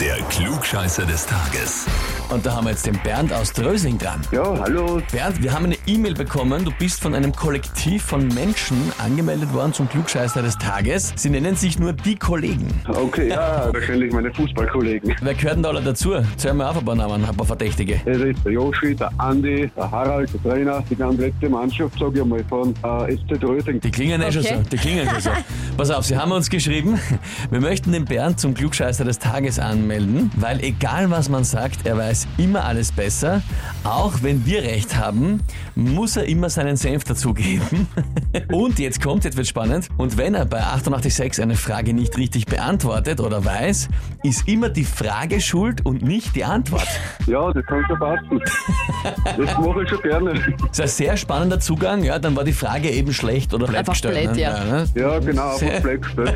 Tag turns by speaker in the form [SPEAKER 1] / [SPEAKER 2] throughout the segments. [SPEAKER 1] Der Klugscheißer des Tages.
[SPEAKER 2] Und da haben wir jetzt den Bernd aus Drösing dran.
[SPEAKER 3] Ja, hallo.
[SPEAKER 2] Bernd, wir haben eine E-Mail bekommen. Du bist von einem Kollektiv von Menschen angemeldet worden zum Klugscheißer des Tages. Sie nennen sich nur die Kollegen.
[SPEAKER 3] Okay, ja, wahrscheinlich meine Fußballkollegen.
[SPEAKER 2] Wer gehört denn da alle dazu? Zählen wir auf ein paar Namen, ein paar Verdächtige.
[SPEAKER 3] Es ist der Joshi, der Andi, der Harald, der Trainer, die komplette Mannschaft, sage ich mal, von äh, SC Drösing.
[SPEAKER 2] Die klingen eh schon
[SPEAKER 4] Okay.
[SPEAKER 2] so. Die klingen schon so. Pass auf, Sie haben uns geschrieben, wir möchten den Bernd zum Klugscheißer des Tages anmelden, weil egal was man sagt, er weiß immer alles besser. Auch wenn wir recht haben, muss er immer seinen Senf dazugeben. Und jetzt kommt, jetzt wird spannend. Und wenn er bei 886 eine Frage nicht richtig beantwortet oder weiß, ist immer die Frage schuld und nicht die Antwort.
[SPEAKER 3] Ja, das kann schon passen. Das mache ich schon gerne.
[SPEAKER 2] Das ist ein sehr spannender Zugang, ja, dann war die Frage eben schlecht oder blöd
[SPEAKER 4] Einfach
[SPEAKER 2] gestellt,
[SPEAKER 4] blöd,
[SPEAKER 2] ne?
[SPEAKER 4] ja.
[SPEAKER 2] ne?
[SPEAKER 3] Ja, genau,
[SPEAKER 2] Sehr-
[SPEAKER 3] aber Flex. das.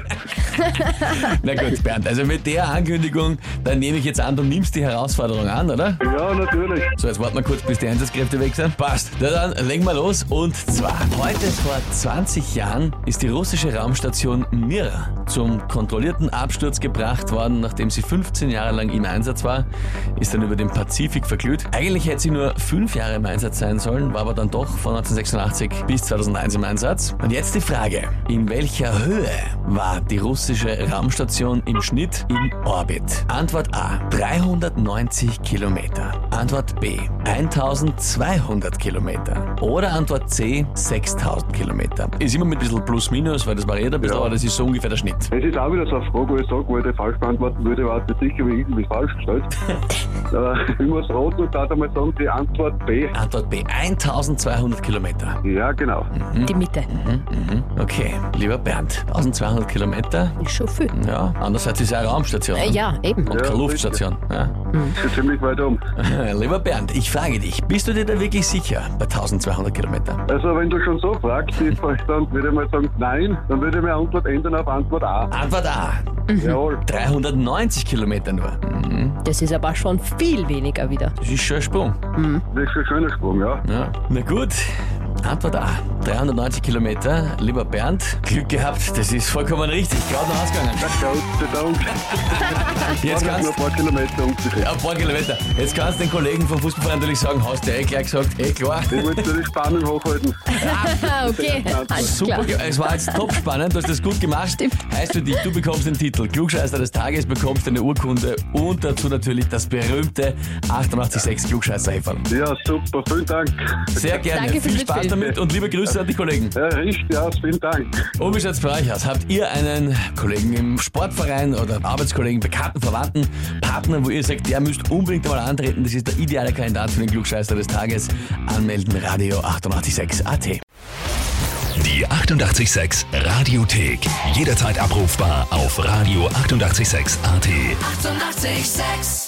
[SPEAKER 2] Na gut, Bernd, also mit der Ankündigung, dann nehme ich jetzt an, du nimmst die Herausforderung an, oder?
[SPEAKER 3] Ja, natürlich.
[SPEAKER 2] So, jetzt warten wir kurz, bis die Einsatzkräfte weg sind. Passt. Na dann, legen wir los. Und zwar, heute vor 20 Jahren ist die russische Raumstation Mir zum kontrollierten Absturz gebracht worden, nachdem sie 15 Jahre lang im Einsatz war, ist dann über den Pazifik verglüht. Eigentlich hätte sie nur fünf Jahre im Einsatz sein sollen, war aber dann doch von 1986 bis 2001 im Einsatz. Und jetzt die Frage, in welcher Höhe war die russische Raumstation im Schnitt im Orbit? Antwort A, 390 Kilometer. Antwort B, 1200 Kilometer. Oder Antwort C, 6000 Kilometer. Ist immer mit ein bisschen plus minus, weil das variiert ein bisschen,
[SPEAKER 3] Ja.
[SPEAKER 2] aber das ist so ungefähr der Schnitt.
[SPEAKER 3] Es ist auch wieder so eine Frage, wo ich sage, wo ich die falsch beantworten würde, war das sicher wie irgendwie falsch gestellt. äh, ich muss raten und dann einmal sagen, die Antwort B.
[SPEAKER 2] Antwort B, 1200 Kilometer.
[SPEAKER 3] Ja, genau.
[SPEAKER 4] Die Mitte.
[SPEAKER 2] Mhm. Okay, lieber Bernd, 1200 Kilometer.
[SPEAKER 4] Ist schon viel.
[SPEAKER 2] Ja, andererseits ist ja eine Raumstation.
[SPEAKER 4] Äh, ja, eben.
[SPEAKER 2] Und
[SPEAKER 3] Ja,
[SPEAKER 2] keine Luftstation. Ja.
[SPEAKER 3] Das ist ziemlich weit um.
[SPEAKER 2] Lieber Bernd, ich frage dich, bist du dir da wirklich sicher bei 1200 Kilometern?
[SPEAKER 3] Also, wenn du schon so fragst, ich- dann würde ich mal sagen, nein, dann würde ich meine Antwort ändern auf Antwort A.
[SPEAKER 2] Antwort A,
[SPEAKER 3] Jawohl.
[SPEAKER 2] 390 Kilometer nur. Mhm.
[SPEAKER 4] Das ist aber schon viel weniger wieder.
[SPEAKER 2] Das ist schon ein Sprung.
[SPEAKER 3] Das ist ein schöner Sprung, ja.
[SPEAKER 2] Ja. Na gut. Antwort A. 390 Kilometer. Lieber Bernd, Glück gehabt. Das ist vollkommen richtig. Gerade noch ausgegangen.
[SPEAKER 3] Gott sei Dank.
[SPEAKER 2] Jetzt
[SPEAKER 3] War das
[SPEAKER 2] kannst
[SPEAKER 3] nur ein paar Kilometer umzugehen.
[SPEAKER 2] ja, ein paar Kilometer. Jetzt kannst du den Kollegen vom Fußballverein natürlich sagen, hast du eh gleich gesagt, eh klar.
[SPEAKER 3] Ich wollte nur die Spannung hochhalten.
[SPEAKER 4] Ah, okay. Alles
[SPEAKER 2] Super,
[SPEAKER 4] klar.
[SPEAKER 2] ge- es war jetzt top spannend, du hast das gut gemacht.
[SPEAKER 4] Stimmt.
[SPEAKER 2] Heißt für dich, du bekommst den Titel Klugscheißer des Tages, bekommst eine Urkunde und dazu natürlich das berühmte 886 klugscheißer -Häferl.
[SPEAKER 3] Ja, super, vielen Dank.
[SPEAKER 2] Sehr gerne, viel
[SPEAKER 4] Danke fürs
[SPEAKER 2] Spaß
[SPEAKER 4] Mitspielen.
[SPEAKER 2] damit und liebe Grüße an die Kollegen.
[SPEAKER 3] Ja, richtig aus, vielen Dank.
[SPEAKER 2] Und wie schaut's bei euch aus? Habt ihr einen Kollegen im Sportverein oder Arbeitskollegen, bekannten Verwandten, Partner, wo ihr sagt, der müsst unbedingt einmal antreten, das ist der ideale Kandidat für den Klugscheißer des Tages? Anmelden, Radio 886 AT.
[SPEAKER 1] Die 88,6 Radiothek. Jederzeit abrufbar auf radio886.at. 88,6.
[SPEAKER 5] Eighty-eight, sex.